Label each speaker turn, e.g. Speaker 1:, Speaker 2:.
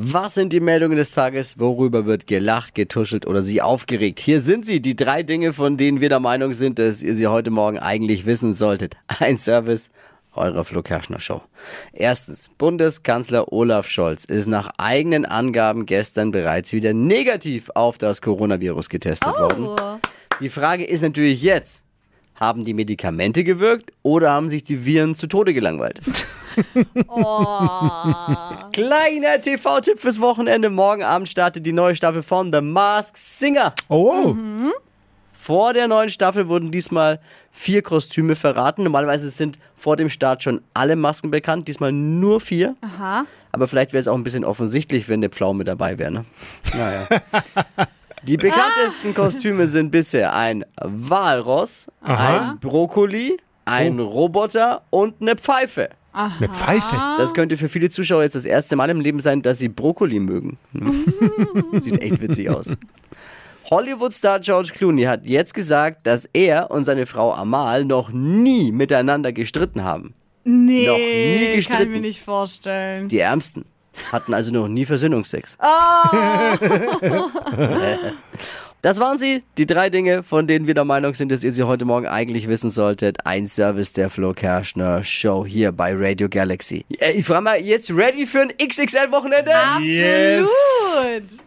Speaker 1: Was sind die Meldungen des Tages? Worüber wird gelacht, getuschelt oder sie aufgeregt? Hier sind sie, die drei Dinge, von denen wir der Meinung sind, dass ihr sie heute Morgen eigentlich wissen solltet. Ein Service eurer Flo Kerschner Show. Erstens, Bundeskanzler Olaf Scholz ist nach eigenen Angaben gestern bereits wieder negativ auf das Coronavirus getestet worden.
Speaker 2: Oh.
Speaker 1: Die Frage ist natürlich jetzt, haben die Medikamente gewirkt oder haben sich die Viren zu Tode gelangweilt? Kleiner TV-Tipp fürs Wochenende. Morgen Abend startet die neue Staffel von The Masked Singer.
Speaker 3: Oh,
Speaker 1: Vor der neuen Staffel wurden diesmal vier Kostüme verraten. Normalerweise sind vor dem Start schon alle Masken bekannt, diesmal nur vier.
Speaker 2: Aha.
Speaker 1: Aber vielleicht wäre es auch ein bisschen offensichtlich, wenn eine Pflaume dabei wäre. Ne? Naja. Die bekanntesten Kostüme sind bisher ein Walross,
Speaker 3: Aha.
Speaker 1: ein Brokkoli, ein Roboter und eine Pfeife.
Speaker 3: eine Pfeife.
Speaker 1: Das könnte für viele Zuschauer jetzt das erste Mal im Leben sein, dass sie Brokkoli mögen. Sieht echt witzig aus. Hollywood-Star George Clooney hat jetzt gesagt, dass er und seine Frau Amal noch nie miteinander gestritten haben.
Speaker 2: Nee,
Speaker 1: Noch nie
Speaker 2: kann ich
Speaker 1: gestritten.
Speaker 2: mir nicht vorstellen.
Speaker 1: Die Ärmsten hatten also noch nie Versöhnungsex. Das waren sie, die drei Dinge, von denen wir der Meinung sind, dass ihr sie heute Morgen eigentlich wissen solltet. Ein Service der Flo Kerschner Show hier bei Radio Galaxy. Äh, Ich frage mal, jetzt ready für ein XXL-Wochenende?
Speaker 2: Absolut.
Speaker 3: Yes.